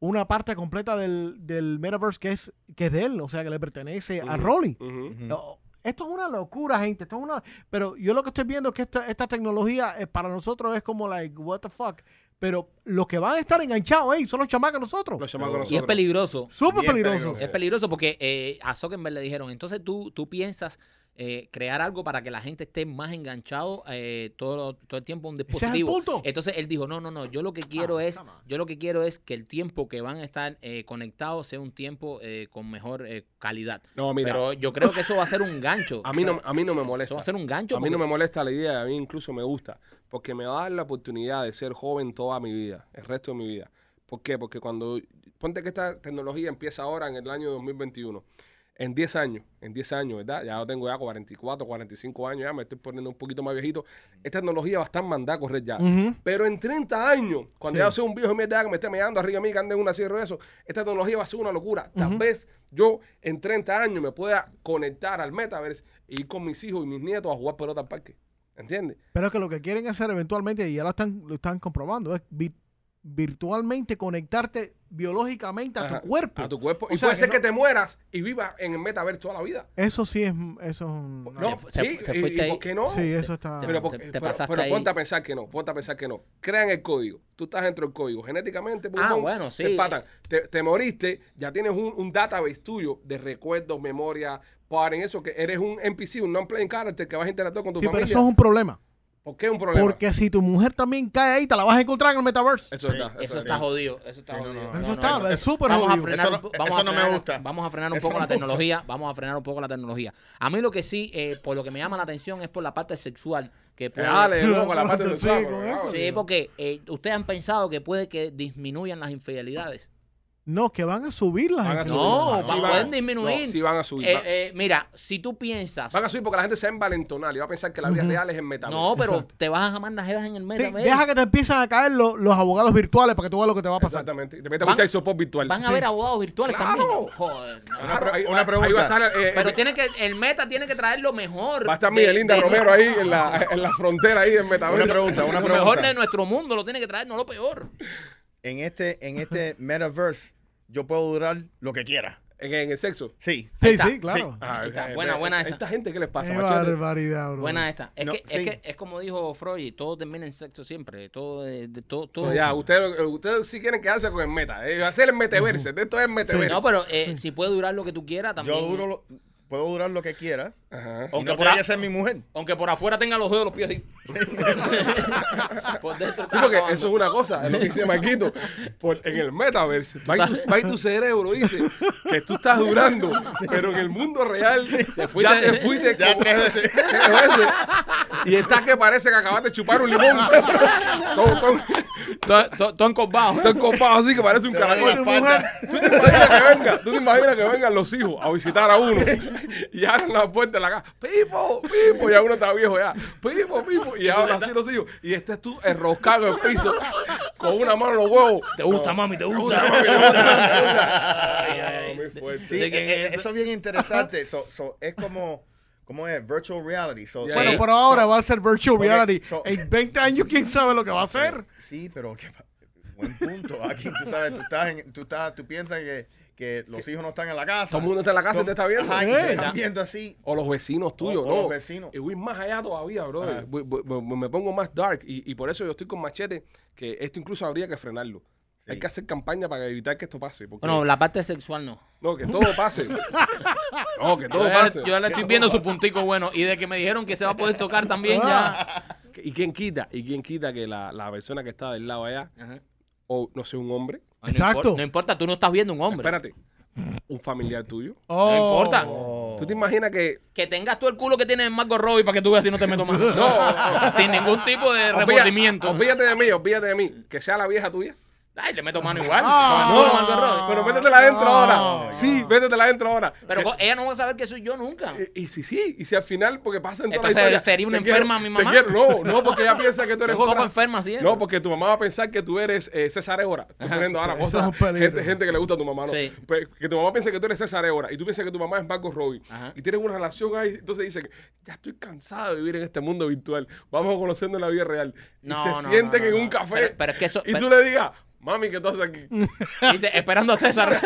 Speaker 4: una parte completa del, del metaverse que es, que es de él, o sea, que le pertenece a
Speaker 1: Ujú.
Speaker 4: Rolly.
Speaker 1: Ujú.
Speaker 3: Ujú.
Speaker 4: No, esto es una locura, gente. Esto es una. Pero yo lo que estoy viendo es que esta, esta tecnología eh, para nosotros es como like, what the fuck. Pero los que van a estar enganchados ahí son los chamacos
Speaker 1: Lo
Speaker 4: nosotros.
Speaker 1: llamamos
Speaker 2: Y es
Speaker 1: nosotros.
Speaker 2: peligroso.
Speaker 4: Súper
Speaker 3: Bien
Speaker 4: peligroso.
Speaker 3: peligroso.
Speaker 2: eh, Es peligroso porque eh, a Zuckerberg le dijeron, entonces tú, tú piensas eh, crear algo para que la gente esté más enganchado eh, todo, todo el tiempo a un
Speaker 4: es el
Speaker 2: dispositivo.
Speaker 4: punto.
Speaker 2: Entonces él dijo, no, no, no, yo lo que quiero
Speaker 4: Ah,
Speaker 2: es,
Speaker 4: come on.
Speaker 2: yo lo que quiero es que el tiempo que van a estar eh, conectados sea un tiempo eh, con mejor eh, calidad.
Speaker 1: No, mira,
Speaker 2: Pero yo creo que eso va a ser un gancho.
Speaker 1: a mí no, a mí no me
Speaker 2: Eso
Speaker 1: molesta.
Speaker 2: va a ser un gancho.
Speaker 1: A mí no
Speaker 2: porque-
Speaker 1: me molesta la idea, a mí incluso me gusta, porque me va a dar la oportunidad de ser joven toda mi vida, el resto de mi vida. ¿Por qué? Porque cuando, ponte que esta tecnología empieza ahora en el año 2021, en 10 años, en 10 años, ¿verdad? Ya yo tengo ya 44, 45 años, ya me estoy poniendo un poquito más viejito. Esta tecnología va a estar mandada a correr ya.
Speaker 4: Ujú.
Speaker 1: Pero en 30 años, cuando
Speaker 4: Sí.
Speaker 1: ya sea un viejo de mierda que me esté meando arriba a mí, que ande en una sierra de eso, esta tecnología va a ser una locura. Tal
Speaker 4: Ujú.
Speaker 1: vez yo en 30 años me pueda conectar al metaverse y ir con mis hijos y mis nietos a jugar pelota al parque. ¿Entiendes?
Speaker 4: Pero es que lo que quieren hacer eventualmente, y ya lo están, lo están comprobando, es vi- virtualmente conectarte biológicamente a
Speaker 1: Ajá,
Speaker 4: tu
Speaker 2: Ah.
Speaker 4: cuerpo.
Speaker 1: A tu cuerpo.
Speaker 4: O
Speaker 1: y
Speaker 4: sea,
Speaker 1: puede
Speaker 4: que
Speaker 1: ser
Speaker 4: no-
Speaker 1: que te mueras y vivas en el metaverse toda la vida.
Speaker 4: Eso sí es... Eso es un-
Speaker 1: No,
Speaker 2: fu- se-
Speaker 1: sí,
Speaker 2: te
Speaker 1: y-
Speaker 2: fuiste
Speaker 1: y
Speaker 2: ahí.
Speaker 1: ¿por qué no?
Speaker 4: sí, eso está...
Speaker 1: Pero,
Speaker 2: Te-
Speaker 1: porque-
Speaker 2: te
Speaker 1: pero-
Speaker 2: pasaste
Speaker 1: pero
Speaker 2: ahí.
Speaker 1: ponte a pensar que no, ponte a pensar que no. Crean el código. Tú estás dentro del código. Genéticamente, pum,
Speaker 2: Ah,
Speaker 1: pum,
Speaker 2: bueno, sí.
Speaker 1: te empatan. Te, te moriste, ya tienes un, un database tuyo de recuerdos, memoria, para en eso que eres un NPC, un non-playing character que vas a interactuar con tu
Speaker 4: sí, pero
Speaker 1: familia.
Speaker 4: eso es un problema.
Speaker 1: ¿Por qué es un problema?
Speaker 4: Porque si tu mujer también cae ahí, te la vas a encontrar en el metaverso.
Speaker 1: Eso está.
Speaker 2: Eso está jodido. Eso está
Speaker 3: Sí, no,
Speaker 2: jodido.
Speaker 3: no,
Speaker 4: Eso
Speaker 3: no,
Speaker 4: está
Speaker 3: eso-
Speaker 4: es súper
Speaker 2: vamos a
Speaker 4: jodido.
Speaker 2: frenar,
Speaker 3: Eso
Speaker 2: un
Speaker 3: no-
Speaker 2: po- vamos
Speaker 3: eso
Speaker 2: a
Speaker 3: no me
Speaker 2: frenar-
Speaker 3: gusta.
Speaker 2: Vamos a frenar un
Speaker 3: Eso
Speaker 2: poco
Speaker 3: no
Speaker 2: la
Speaker 3: me gusta.
Speaker 2: tecnología. Vamos a frenar un poco la tecnología. A mí lo que sí, eh, por lo que me llama la atención es por la parte sexual que puede.
Speaker 1: Eh,
Speaker 4: (laughs)
Speaker 1: Dale,
Speaker 4: Pero-
Speaker 1: no, con la parte
Speaker 4: sí,
Speaker 1: sexual.
Speaker 4: con
Speaker 1: porque,
Speaker 4: eso.
Speaker 1: vamos,
Speaker 2: Sí, porque eh, ustedes han pensado que puede que disminuyan las infidelidades.
Speaker 4: No, que van a subir las...
Speaker 1: van a subir.
Speaker 2: No,
Speaker 1: Ah, Sí
Speaker 2: va-
Speaker 1: van-
Speaker 2: pueden disminuir.
Speaker 1: no, sí van a subir.
Speaker 2: Eh,
Speaker 1: va-
Speaker 2: eh, mira, si tú piensas.
Speaker 1: van a subir porque la gente se va a envalentonar y va a pensar que la vida
Speaker 4: Ujú.
Speaker 1: real es el metaverso.
Speaker 2: No, pero
Speaker 4: Exacto.
Speaker 2: te vas a jamás las jevas en el
Speaker 4: Sí,
Speaker 2: metaverso.
Speaker 4: deja que te empiezan a caer lo- los abogados virtuales para que tú veas lo que te va a pasar.
Speaker 1: Exactamente. Y Te metes a
Speaker 2: Van-
Speaker 1: escuchar soporte virtual.
Speaker 2: Van a
Speaker 1: Sí.
Speaker 2: ver abogados virtuales
Speaker 1: Claro.
Speaker 2: también. Joder, no.
Speaker 1: Claro,
Speaker 3: Una pre-
Speaker 1: ahí-
Speaker 3: una
Speaker 1: Ahí va a
Speaker 3: pregunta.
Speaker 1: estar, eh,
Speaker 2: Pero
Speaker 1: eh,
Speaker 2: tiene que, el meta tiene que traer lo mejor.
Speaker 1: Va a estar
Speaker 2: de-
Speaker 1: Miguelinda
Speaker 2: de-
Speaker 1: Romero ahí en la,
Speaker 2: (laughs)
Speaker 1: en la frontera ahí en
Speaker 3: Una
Speaker 1: Metaverso.
Speaker 3: pregunta, una
Speaker 2: Lo mejor de
Speaker 3: pregunta.
Speaker 2: nuestro mundo lo tiene que traer, no lo peor.
Speaker 3: En este, en este metaverse, yo puedo durar lo que quiera.
Speaker 1: (laughs) En, en el sexo.
Speaker 3: Sí.
Speaker 4: Sí,
Speaker 2: está.
Speaker 4: sí, claro.
Speaker 1: Ah,
Speaker 2: Ahí está.
Speaker 1: eh,
Speaker 2: Buena,
Speaker 1: eh,
Speaker 2: buena esa.
Speaker 1: ¿Esta gente qué les pasa,
Speaker 4: Qué
Speaker 1: machote?
Speaker 4: barbaridad, bro.
Speaker 2: Buena esta. Es,
Speaker 3: No,
Speaker 2: que, es
Speaker 3: sí.
Speaker 2: que es como dijo Freud, todo termina en sexo siempre. Todo, eh, de- todo,
Speaker 1: O
Speaker 2: todo.
Speaker 1: sea, ya, ustedes, ustedes sí quieren quedarse con el meta. eh, hacer el metaverse. Esto es el metaverse.
Speaker 2: no, pero eh, si puede durar lo que tú quieras también.
Speaker 3: Yo duro lo- puedo durar lo que quiera.
Speaker 1: Ajá.
Speaker 3: Y
Speaker 2: Aunque por
Speaker 3: no tiene
Speaker 2: a-
Speaker 3: que ser mi mujer.
Speaker 2: Aunque por afuera tenga los dedos los pies
Speaker 1: (laughs)
Speaker 2: así. por dentro
Speaker 1: Sí,
Speaker 2: está
Speaker 1: porque
Speaker 2: acabando.
Speaker 1: eso es una cosa, es lo que
Speaker 3: (laughs)
Speaker 1: dice Marquito. Por- en el metaverse, va y, tu, va y tu cerebro dice que tú estás durando, pero en el mundo real ya
Speaker 2: fuiste-
Speaker 1: te
Speaker 2: (laughs)
Speaker 1: fuiste
Speaker 3: Ya
Speaker 1: como-
Speaker 3: tres (laughs) veces.
Speaker 1: tres veces. Y estás que parece que acabaste de chupar un
Speaker 3: (laughs)
Speaker 1: limón. todo, todo,
Speaker 2: Todo- todo- todo encorvado.
Speaker 1: todo encorvado así que parece un
Speaker 3: Te duele la
Speaker 1: caracol.
Speaker 3: espalda.
Speaker 1: ¿Tú te imaginas que venga? ¿Tú te imaginas que vengan los hijos a visitar a uno? Y (laughs) abren la puerta de la casa. ¡Pipo! ¡Pipo! Ya uno está viejo ya. ¡Pipo! ¡Pipo! Y ahora así los hijos. Y este es tú enroscado en el piso con una mano en los huevos.
Speaker 2: Te gusta, mami, te gusta.
Speaker 1: No, muy fuerte.
Speaker 3: Sí,
Speaker 2: ¿De quién es
Speaker 3: eh, eh, eso es bien interesante. So- so, es como, ¿cómo es? Virtual reality. So,
Speaker 1: Ya,
Speaker 4: Bueno,
Speaker 2: Sí.
Speaker 4: por ahora va a ser virtual
Speaker 3: Ok,
Speaker 4: reality.
Speaker 3: so-
Speaker 4: en 20 años, quién sabe lo que va a ser.
Speaker 3: Sí, pero qué pa- buen punto. Aquí tú sabes, tú estás, en- tú estás, tú piensas que, que los hijos no están en la casa.
Speaker 1: Todo el mundo está en la casa y te está viendo.
Speaker 3: Ajá, y
Speaker 4: Sí.
Speaker 3: te están viendo así.
Speaker 1: O los vecinos tuyos,
Speaker 3: o
Speaker 1: ¿no?
Speaker 3: los vecinos.
Speaker 1: Y voy más allá todavía, bro. Voy- voy- voy- Me pongo más dark. Y, y por eso yo estoy con machete, que esto incluso habría que frenarlo. Hay que hacer campaña para evitar que esto pase. Porque,
Speaker 2: Bueno, la parte sexual no.
Speaker 1: no, que todo (laughs) pase. no, que todo
Speaker 2: yo, ya le-
Speaker 1: pase.
Speaker 2: yo ya le estoy viendo su puntico bueno. Y de que me dijeron que se va a poder tocar también
Speaker 1: Ah,
Speaker 2: ya.
Speaker 1: ¿Y quién quita? ¿Y quién quita que la, la persona que está del lado allá,
Speaker 2: Ajá.
Speaker 1: o no sé, un hombre?
Speaker 2: Ay, no
Speaker 4: Exacto.
Speaker 2: impor- No importa, tú no estás viendo un hombre.
Speaker 1: Espérate, un familiar tuyo.
Speaker 2: No
Speaker 4: Oh.
Speaker 2: importa.
Speaker 1: ¿Tú te imaginas que
Speaker 2: Que tengas tú el culo que tiene el Marco Robbie para que tú veas si no te meto más.
Speaker 1: no.
Speaker 2: Sin ningún tipo de
Speaker 1: Olvida-
Speaker 2: remordimiento.
Speaker 1: Olvídate de mí, olvídate de mí. Que sea la vieja tuya.
Speaker 2: Ay, le meto mano igual.
Speaker 4: Ah.
Speaker 2: Con el culo, Margot Robbie.
Speaker 1: Pero métetela adentro
Speaker 4: no.
Speaker 1: ahora. Sí, métetela adentro ahora.
Speaker 2: Pero co- ella no va a saber que soy yo nunca.
Speaker 1: Y, y si sí, y si al final, porque pasa en toda
Speaker 2: Entonces,
Speaker 1: la historia,
Speaker 2: ¿sería una
Speaker 1: te quiero,
Speaker 2: enferma mi
Speaker 1: te
Speaker 2: mamá?
Speaker 1: quiero. No, no, porque ella piensa que tú eres
Speaker 2: Un poco
Speaker 1: otra.
Speaker 2: enferma, sí, ¿eh?
Speaker 1: No, porque tu mamá va a pensar que tú eres eh, César Évora. Estoy poniendo ahora
Speaker 4: Eso es
Speaker 1: cosas.
Speaker 4: un peligro.
Speaker 1: gente, gente que le gusta a tu mamá, ¿no?
Speaker 2: Sí.
Speaker 1: Pe- Que tu mamá piensa que tú eres César Évora y tú piensas que tu mamá es Marco Robbie.
Speaker 2: Ajá.
Speaker 1: Y tienen una relación ahí. Entonces dicen, ya estoy cansado de vivir en este mundo virtual. Vamos a conocernos en la vida real.
Speaker 2: No,
Speaker 1: y
Speaker 2: no,
Speaker 1: se
Speaker 2: no,
Speaker 1: sienten
Speaker 2: no,
Speaker 1: en
Speaker 2: no.
Speaker 1: un café.
Speaker 2: Pero- pero es que eso-
Speaker 1: y
Speaker 2: pero-
Speaker 1: tú le digas, mami, ¿qué tú haces
Speaker 2: (laughs)
Speaker 1: aquí?
Speaker 2: Dice, esperando a César.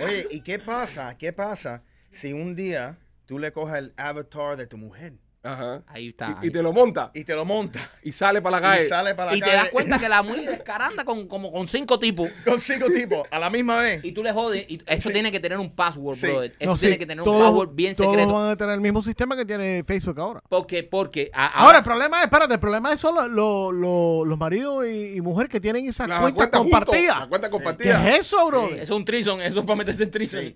Speaker 3: Oye, ¿y qué pasa? ¿Qué pasa si un día tú le coges el avatar de tu mujer?
Speaker 1: Ajá.
Speaker 2: Ahí está.
Speaker 1: Y, y
Speaker 2: ahí.
Speaker 1: te lo monta
Speaker 3: Y te lo monta.
Speaker 1: y sale para la calle.
Speaker 3: Y sale para la
Speaker 2: Y te
Speaker 3: calle
Speaker 2: das cuenta que la muy descaranda con, como con cinco tipos.
Speaker 3: (laughs) con cinco tipos a la misma vez.
Speaker 2: Y tú le jodes. Y eso
Speaker 3: Sí.
Speaker 2: tiene que tener un password,
Speaker 3: Sí.
Speaker 2: brother. Eso
Speaker 4: No, sí,
Speaker 2: tiene que tener
Speaker 4: todos-
Speaker 2: un password bien
Speaker 4: todos
Speaker 2: secreto.
Speaker 4: van a tener el mismo sistema que tiene Facebook ahora.
Speaker 2: Porque, porque. a-
Speaker 4: Ahora, el problema es, espérate, el problema es solo lo- lo- los maridos y, y mujeres que tienen esas
Speaker 1: La
Speaker 4: cuentas
Speaker 1: cuenta junto,
Speaker 4: compartidas.
Speaker 1: La cuenta
Speaker 4: ¿Qué
Speaker 1: compartida.
Speaker 4: es eso, bro?
Speaker 2: eso es un trison. Eso es para meterse en trison.
Speaker 3: Sí.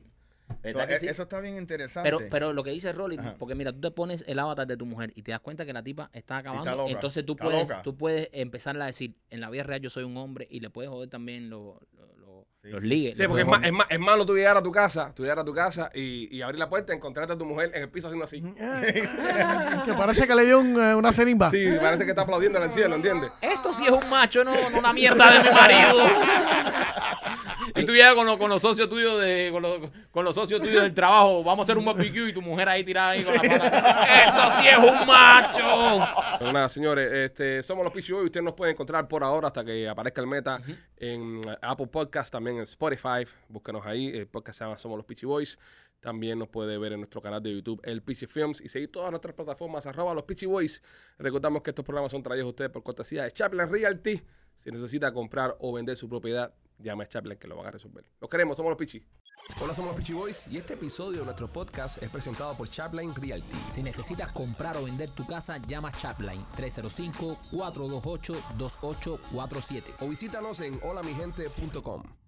Speaker 2: ¿Verdad
Speaker 3: So,
Speaker 2: que sí?
Speaker 3: e- Eso está bien interesante.
Speaker 2: Pero, pero lo que dice Rolly,
Speaker 3: Ajá.
Speaker 2: porque mira, tú te pones el avatar de tu mujer y te das cuenta que la tipa está acabando.
Speaker 3: loca,
Speaker 2: entonces tú
Speaker 3: está
Speaker 2: puedes,
Speaker 3: loca.
Speaker 2: tú puedes empezarla a decir, en la vida real yo soy un hombre y le puedes joder también lo- lo- lo-
Speaker 3: Sí,
Speaker 2: los
Speaker 3: sí.
Speaker 2: ligues.
Speaker 1: Sí,
Speaker 2: los
Speaker 1: porque es,
Speaker 2: dos
Speaker 1: ma- es, ma- es malo tú llegar a tu casa, tú llegar a tu casa y, y abrir la puerta, encontrarte a tu mujer en el piso haciendo así.
Speaker 4: que parece que le dio un, eh, una serimba.
Speaker 1: Sí, parece que está aplaudiendo al cielo, ¿entiendes?
Speaker 2: Esto sí es un macho, no, no una mierda de mi
Speaker 3: (laughs)
Speaker 2: marido. y tú llegas con, los- con los socios tuyos de, con, los, con los socios tuyos del trabajo, vamos a hacer un barbecue y tu mujer ahí tirada ahí con la pata. Esto sí es un macho.
Speaker 1: Pero nada, señores, este, somos los Pichu y ustedes nos pueden encontrar por ahora hasta que aparezca el meta en Apple Podcast, también en Spotify. Búsquenos ahí. El podcast se llama Somos los Pichu Boys. También nos puede ver en nuestro canal de YouTube, El Pichi Films, y seguir todas nuestras plataformas, arroba los Pichi Boys. Recordamos que estos programas son traídos a ustedes por cortesía de Chaplin Realty. Si necesita comprar o vender su propiedad, llame a Chaplin que lo van a resolver. Los queremos, somos los Pichi.
Speaker 5: Hola, somos los Peachy Boys y este episodio de nuestro podcast es presentado por Chapline Realty.
Speaker 6: Si necesitas comprar o vender tu casa, llama Chapline 305-428-2847.
Speaker 5: O visítanos en holamigente.com.